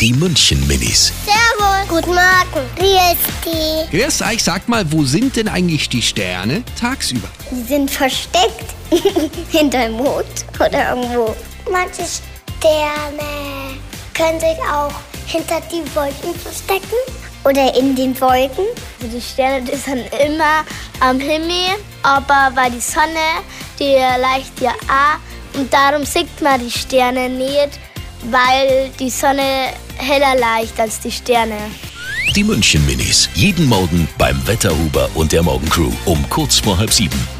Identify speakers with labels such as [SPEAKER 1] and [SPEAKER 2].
[SPEAKER 1] Die München Minis.
[SPEAKER 2] Servus. Guten Morgen. Wie
[SPEAKER 1] Erst, ich sag mal, wo sind denn eigentlich die Sterne tagsüber?
[SPEAKER 2] Die sind versteckt. Hinterm Mond oder irgendwo. Manche Sterne können sich auch hinter die Wolken verstecken. Oder in den Wolken. Also Die Sterne sind immer am Himmel, aber weil die Sonne, die leicht ja auch. Und darum sieht man die Sterne nicht, weil die Sonne heller leicht als die Sterne.
[SPEAKER 1] Die München Minis. Jeden Morgen beim Wetterhuber und der Morgencrew um kurz vor halb sieben.